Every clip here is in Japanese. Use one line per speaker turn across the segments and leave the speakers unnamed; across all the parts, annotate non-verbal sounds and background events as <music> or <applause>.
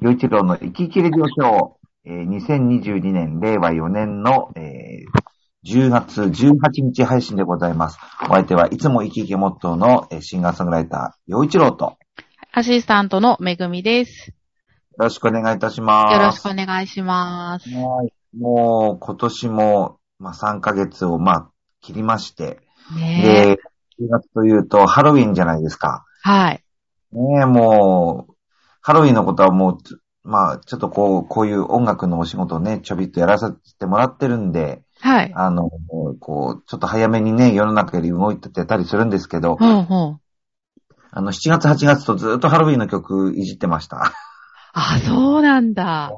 良一郎の生き切れ上昇、えー、2022年、令和4年の、えー、10月18日配信でございます。お相手はいつも生き生きモットーの、えーシンガーソングライター、良一郎と、よ
アシスタントのめぐみです。
ろしくお願いいたします。
よろしくお願いします。
はい。もう、今年も、まあ、3ヶ月を、まあ、切りまして、
ねえ。
で、10月というと、ハロウィンじゃないですか。
はい。
ねえ、もう、ハロウィンのことはもう、つまあ、ちょっとこう、こういう音楽のお仕事をね、ちょびっとやらせてもらってるんで、
はい。
あの、もうこう、ちょっと早めにね、世の中より動いてたりするんですけど
う、んうん。
あの、7月8月とずっとハロウィンの曲いじってました。 <laughs>
あ、そうなんだ。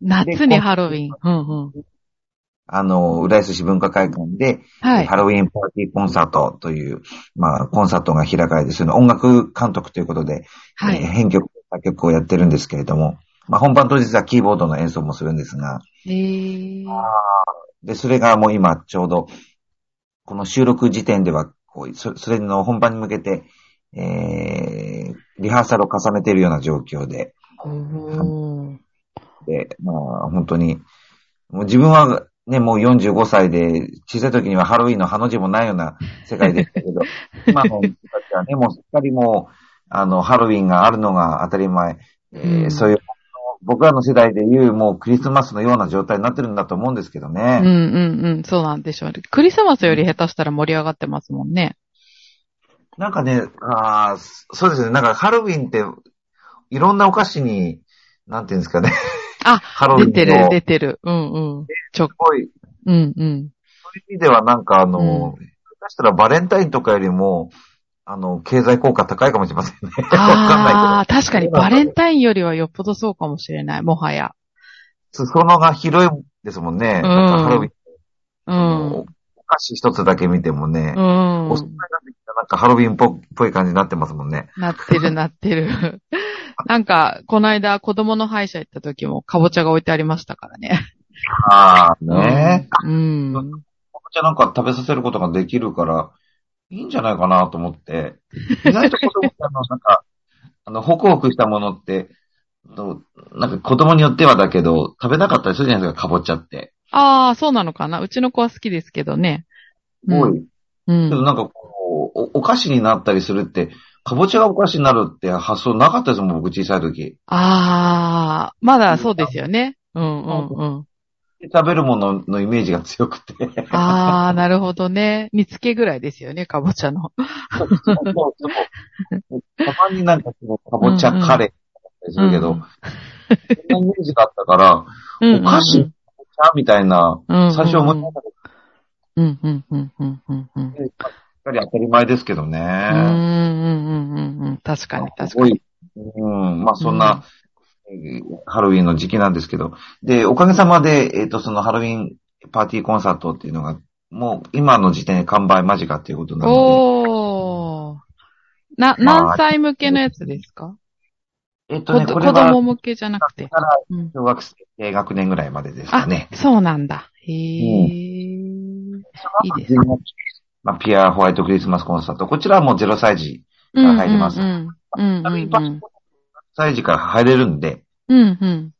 夏にハロウィン。うんうん。
あの、浦安市文化会館で、
はい
ハ。ロウィンパーティーコンサートという、まあ、コンサートが開かれて、その音楽監督ということで、
は
えー
い。
編曲、作曲をやってるんですけれども、まあ、本番当日はキーボードの演奏もするんですが、
えー。
で、それがもう今ちょうど、この収録時点では、こう、そそれの本番に向けて、えー、リハーサルを重ねているような状況で、
おー
で、まあ、本当に、もう自分はね、もう45歳で、小さい時にはハロウィンのハの字もないような世界でしたけ
<laughs>
ど、今の人たちはね、もうすっかりもう、あの、ハロウィンがあるのが当たり前、えー
うん
そういう、僕らの世代でいう、もうクリスマスのような状態になってるんだと思うんですけど
う
ね
ん。うんうん。そうなんでしょうね。クリスマスより下手したら盛り上がってますもんね。
なんかね、あーそそうですね、なんかハロウィンって、いろんなお菓子に、なんていうんですかね。
あ
ハロウィン
出
の
てる、出てる。うんうん。
すごい、
うんうん。
そういう意味ではなんかあの、出したらバレンタインとかよりも、あの、経済効果高いかもしれませんね。わ <laughs> かん
あ
な
あ
い
ー、確かにバレンタインよりはよっぽどそうかもしれない。もはや。
けど。裾野が広いですもんね。なんかハロウィン
う
の、
ん。
お菓子一つだけ見てもね、
うん
お惣菜ができたらなんかハロウィンっぽっぽい感じになってますもんね。
なって
<laughs>
るなってる。 <laughs> なんか、この間子供の歯医者行った時も、かぼちゃが置いてありましたからね。
ああ、ねえ。
うん。
かぼちゃなんか食べさせることができるから、いいんじゃないかなと思
<laughs>
って。意外と子供ってあの、なんか、あの、ホクホクしたものって、となんか子供によってはだけど、食べなかったりするじゃないですか、かぼちゃって。
ああ、そうなのかな。うちの子は好きですけどね。
すごい。
う
けど
ん。
なんかこうお、お菓子になったりするって、かぼちゃがお菓子になるって発想なかったですもん、僕小さい時。
ああ、まだそうですよね。うんうんうん。
食べるもののイメージが強くて。
<laughs> ああ、なるほどね。煮付けぐらいですよね、かぼちゃの。
そうそうたまになんかこう、かぼちゃカレーとかするけど、
う
そ
ん
んなイメージがあったから、お菓子
うん
茶みたいな、
うんうん
最初思いながら、
うんうんうんうんうんうん。
やっぱり当たり前ですけどね。
うんうんうんうんうん。確かに確かに。
すごいうん、まあそんな、えーハロウィンの時期なんですけど。で、おかげさまで、えっ、と、そのハロウィンパーティーコンサートっていうのが、もう今の時点で完売間近っていうことなの
おー。な、
まあ
何歳向けのやつですか、
で。えっ、とね、
こ
これ
子供
は、
向けじゃなくて。
から
うん、
小学生低学年ぐらいまでですか
あ
ね。、
そうなんだ。へえ。いいですね。
まあ、ピアホワイトクリスマスコンサート。こちらはもう0歳児、
うんうんうん
入ります
うんうん
ハ
う
ロウィンパーティー
ん。
コンサート0歳児から入れるんで、
うんうん。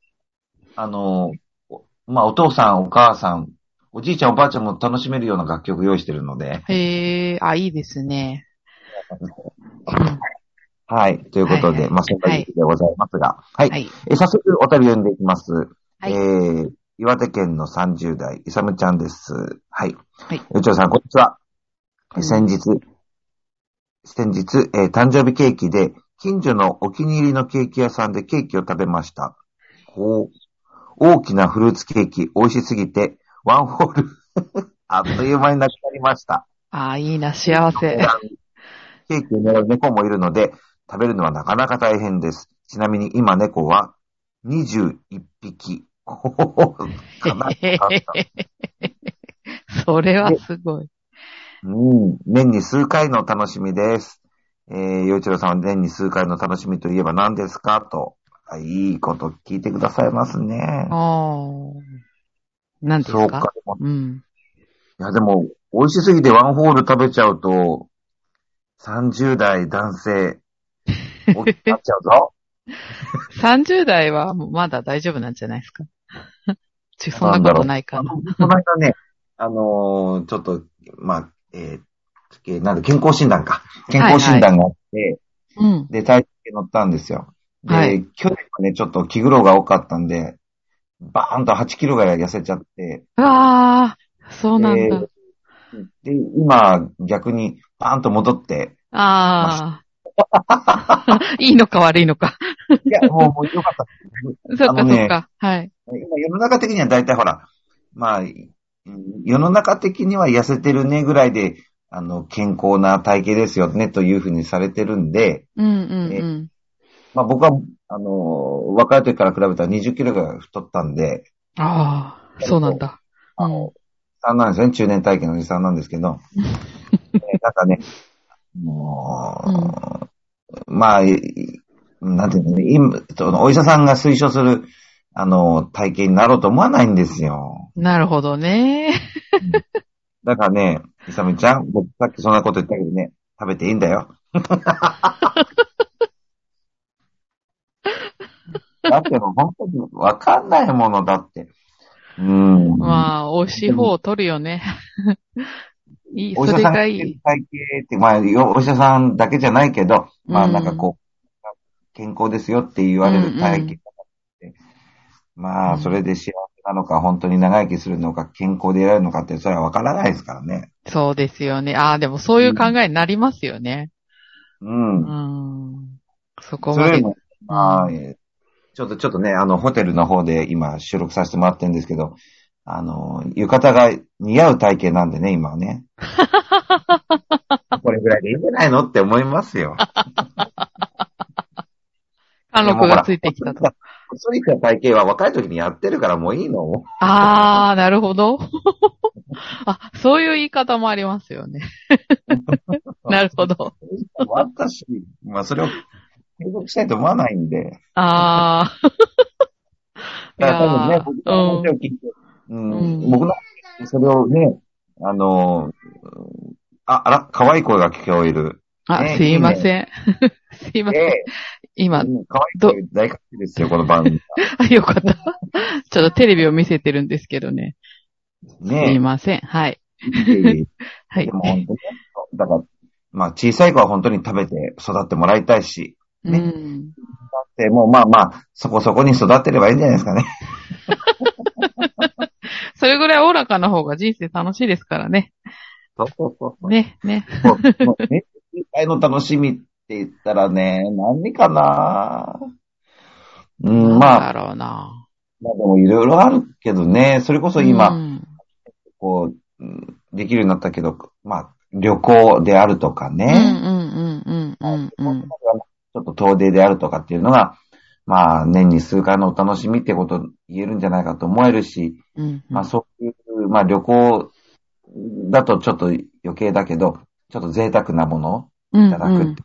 あの、おまあ、お父さん、お母さん、おじいちゃん、おばあちゃんも楽しめるような楽曲用意してるので。
へえ、あ、いいですね。うん
はい。ということで、
はいはい
まあ、そんな時期でございますが。はい。
はい。
え早速、お便り読んでいきます。
はい
えー、岩手県の30代、いさむちゃんです。はい。
はい。
うちょうさん、こんにちは。
うん
先日、先日、えー誕生日ケーキで、近所のお気に入りのケーキ屋さんでケーキを食べました。ほう。大きなフルーツケーキ、美味しすぎて、ワンホール、 <laughs> あっという間になくなりました。
あ、いいな、幸せ。
<laughs> ケーキを狙う猫もいるので、食べるのはなかなか大変です。ちなみに今猫は21匹。 <laughs> かな
それはすごい。
<laughs> うん、年に数回の楽しみです。えー、洋一郎さんは年に数回の楽しみといえば何ですかと。あいいこと聞いてくださいますね。
ああ。なんです
そう
か
か。
うん。
いや、でも、美味しすぎてワンホール食べちゃうと、30代男性、大きくなっちゃうぞ。
<laughs> 30代はもうまだ大丈夫なんじゃないです
<laughs>
か。ちそんなことないかな。
この間ね、あのーちょっと、まあ、えーえーなんだ、健康診断か。健康診断があって、
うん。
で、体重計乗ったんですよ。で、
はい
去年はね、ちょっと気苦労が多かったんで、バーンと8キロぐらい痩せちゃって、
うわー、そうなんだ。
で、今、逆に、バーンと戻って、
ああ。いいのか悪いのか。
<laughs> いや、もう、もうよかった。
そっかそっ
あの
か。
ね <laughs>
はい。
今、世の中的には大体ほら、まあ、うん世の中的には痩せてるねぐらいで、あの、健康な体型ですよね、というふうにされてるんで、
うんうん
まあ僕は、あの、若い時から比べたら20キロぐらい太ったんで、
うん。ああ、そうなんだ。
あの、おじさんなんですね。中年体験のおじさんなんですけ
<laughs>
ど。えーなんかね、もう、まあ、いなんていうのね、今、そのお医者さんが推奨する、あの、体型になろうと思わないんですよ。
なるほどね。
だからね、いさみちゃん、僕さっきそんなこと言ったけどね、食べていいんだ
<laughs>
よ。だってもう本当にわかんないものだって。うん。
まあ、美味しい方を取るよね。 <laughs> いい、
お
そ
医者
れ
さん
が
が
い
言って
い
る。体型って、まあ、よお医者さんだけじゃないけど、まあ、
うん
なんかこう、健康ですよって言われる体型って、ま
う
あ、
ん
それで幸せなのか、本当に長生きするのか、健康でいられるのかって、それはわからないですからね。
そうですよね。ああ、でもそういう考えになりますよね。
うん。
うん。そこ
そ
ま
れよ
で
り。も、まあ、えーちょっと、ちょっとね、あの、ホテルの方で今収録させてもらってるんですけど、あの、浴衣が似合う体型なんでね、今は
<laughs>
ね。これぐらいでいいんじゃないのって思いますよ。
貫禄がついてきたと。
ソニックの体型は若い時にやってるからもういいの
ああ、なるほど。 <laughs> あ、そういう言い方もありますよ
<laughs>
ね。なるほど。
終わったし、まあそれを継続したいと思わないんで。
あ
<laughs>
あ。
だから多分ね、
い
僕
や
の
ー
話を聞いて、うん
うん
僕の、それをね、あのー、あ、あら、可愛い声が聞こえる。
あ、
ね
すいません。 <laughs> すいません。
ええ
今、
うん可愛い声大活躍ですよ、この番組。
あよかった。 <laughs> ちょっとテレビを見せてるんですけどね。すい
ね
ません。はい。
え。
は
でも
い。
本当ね、だから、まあ小さい子は本当に食べて育ってもらいたいし、
う
ね
ん。
でもうまあまあ、そこそこに育ってればいいんじゃないですかね。
それぐらいおおらかな方が人生楽しいですからね。
そうそうそうそう
ね、ね。
もうもう年に一回の楽しみって言ったらね、何かなうん、ま
なん
あ、
だろうな。
まあでもいろいろあるけどね、それこそ
う
今、
ん
こう、うんできるようになったけど、まあ、旅行であるとか
うん
ね、
うんうんうんうんうん。
ちょっと遠出であるとかっていうのが、まあ、年に数回のお楽しみってこと言えるんじゃないかと思えるし、
うん
まあそういう、まあ旅行だとちょっと余計だけど、ちょっと贅沢なもの
うん
いただくってでき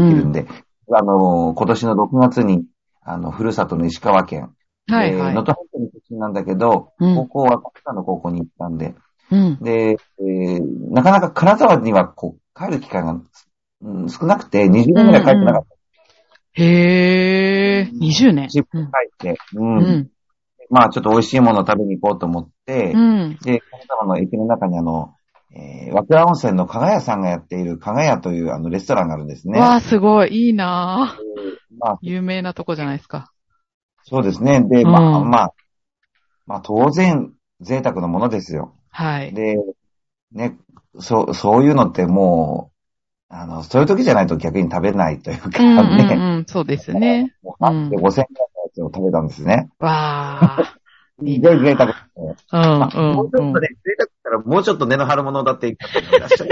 るんで、あの、今年の6月に、あの、ふるさとの石川県、
はいは
えー
い
能。登半島の出身なんだけど、
うん
高校は秋田の高校に行ったんで、
うん。
で、えーなかなか金沢にはこう、帰る機会が、うん少なくて、20年ぐらい帰ってなかっ
へえ、20年
た。し、
うん
帰って、うん、
うん。
まあちょっと美味しいものを食べに行こうと思って、
うん。
で、金沢の駅の中にあの、えー、和倉温泉の加賀屋さんがやっている加賀屋というあのレストランがあるんですね。
わあ、すごい、いいなあ
まあ
有名なとこじゃないですか。
そうですね。で、まあ、
うん
まあ、まあ、当然、贅沢なものですよ。
はい。
で、ね、そう、そういうのってもう、あの、そういう時じゃないと逆に食べないというか
うんうん
ね、
うん、そうですね。
もうあって5000円のやつを食べたんですね。
わあ。いい
す
な
ごい贅沢ですね。まあもうち
うんう
ょっ
んう
と
ん。
ね、贅沢したらもうちょっと根の張るものだっていいかと思いました。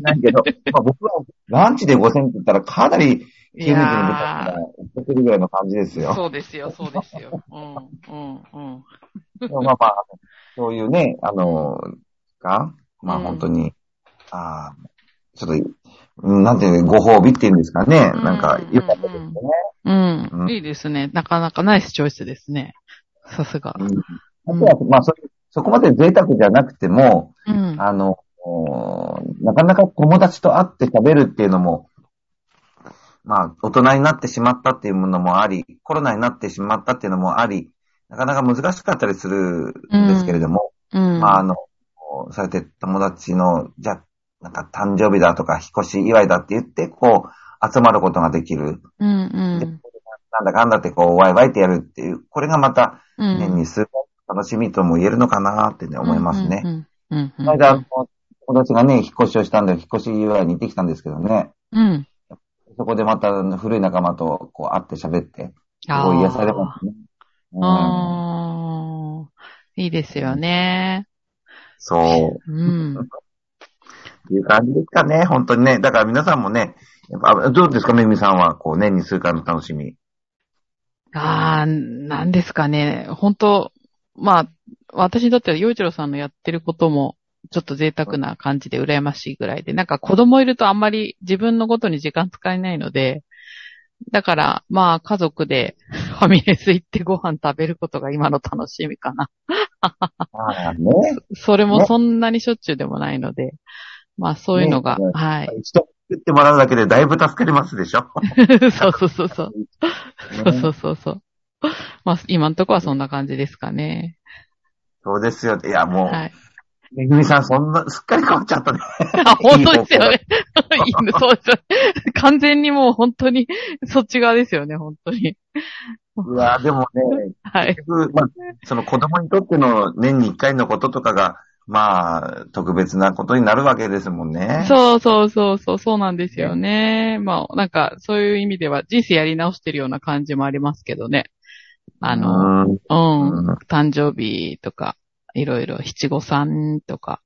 ないけど、まあ僕はランチで5000円って言ったらかなり
い
筋肉に向
や
かってくるぐらいの感じですよ
ー。そうですよ、そうですよ。うん、うん、うん。
でもまあまあ、そういうね、あの、が、まあ
うん
本当に、ああ、ちょっと、うんなんていうのご褒美っていうんですかね。
うん
なんか、良かったですよね。
う。
うんん
いいですね。なかなかナイスチョイスですね。さすが。うん
あとは、まあそれ、そこまで贅沢じゃなくても、
うん。
あの、おーなかなか友達と会って食べるっていうのも、まあ、大人になってしまったっていうものもあり、コロナになってしまったっていうのもあり、なかなか難しかったりするんですけれども、
うん。
まあ、あの、そうやって友達の、じゃあなんか誕生日だとか、引っ越し祝いだって言って、こう、集まることができる。
うんうん。
なんだかんだってこう、ワイワイってやるっていう、これがまた、
うん。
年に数回の楽しみとも言えるのかなってね、思いますね
う。んうんうん。
この間、あの友達がね、引っ越しをしたんで、引っ越し祝いに行ってきたんですけどね、
うん。
そこでまた古い仲間とこう会って喋って、す
あ
ご
ー
い癒されますね。うん、
あーいいですよね。
そう。
うん。
いう感じですかね、本当にね。だから皆さんもね、やっぱどうですか、めぐみさんは、こう、年に数回の楽しみ。
ああ、なんですかね。本当まあ、私にとっては、洋一郎さんのやってることも、ちょっと贅沢な感じで羨ましいぐらいで、なんか子供いるとあんまり自分のことに時間使えないので、だから、まあ、家族で <laughs> ファミレス行ってご飯食べることが今の楽しみかな。
ああ、ね。
それも
ね
そんなにしょっちゅうでもないので、まあ、そういうのが、
ね
はい。
<laughs> 一度作ってもらうだけでだいぶ助かりますでしょ。
そうそうそうそう。そうそうそうそう。 <laughs> まあ、今のところはそんな感じですかね。
そうですよ。いや、もう、
<laughs> はい。
めぐみさん、そんな、すっかり変わっちゃったね。
あ、 <laughs> 本当ですよね。いいねそうですよね。完全にもう本当に、そっち側ですよね、本当に。
いや、でもね、
はい。
結局、まあ、その子供にとっての年に一回のこととかが、まあ、特別なことになるわけですもんね。
そうそうそうそう、そうなんですよね。まあ、なんか、そういう意味では人生やり直してるような感じもありますけどね。あの、
うん
うん、
うん
誕生日とか、いろいろ七五三とか、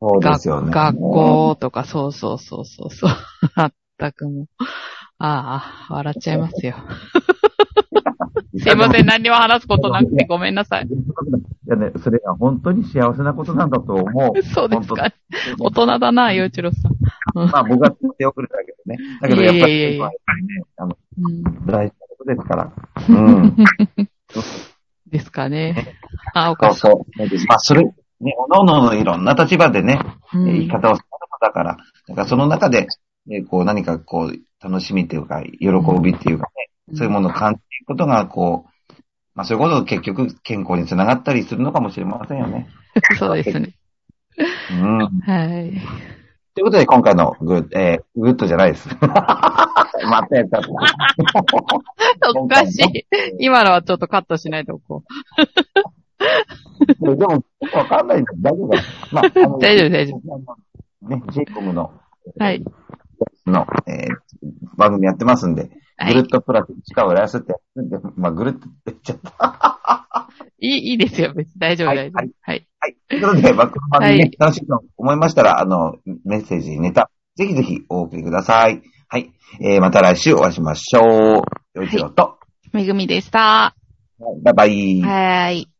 そうですよ
学
ね。
学。校とか、そうそうそうそうそう。あったくもう。ああ、笑っちゃいますよ。すいません、何にも話すことなくてごめんなさい。
いやね、それが本当に幸せなことなんだと
<laughs>
思う。
そうですか。大人だな、洋一郎さん。
まあ僕は手遅れだけどね。だけどやっぱ
いえいえいえ
り、やっぱりね、あの、
うん、
大事なことです
<laughs>
から。うん。
ですかね。あ、お
そ
か
う
し
そう。まあそれ、ね、おのおののいろんな立場でね、
い。う
言い
ん、
方をするのだから、だからその中で、ね、こう何かこう、楽しみというか、喜びっていうかね、そういうものを感じることが、こう、まあそういうことを結局健康につながったりするのかもしれませんよね。
そうですね。
うん。
はい。
<laughs> ということで、今回のグッ、えー、グッドじゃないです。 <laughs> またやっちゃった。
おかしい。今のはちょっとカットしないでおこう。
でも、でもわかんないんだ大丈夫だ。まあ、あの
<laughs> 大丈夫大丈
夫。ね、ジェイコムの、
はい。
の、えー番組やってますんで、
は
ぐる
い
っ。とプラス力を減らすってやってんで、まあ、ぐるっとって言っちゃった。
いい、いいですよ、別に。大丈夫、
はい
大丈夫。はい。
はい。ということ
<laughs>
で、まあ、この番組、ね
はい
楽しいと思いましたら、あの、メッセージ、ネタ、ぜひぜひお送りください。はい。えー、また来週お会いしましょう。よいちろと。
めぐみでした。
はいバイバイ。
はい。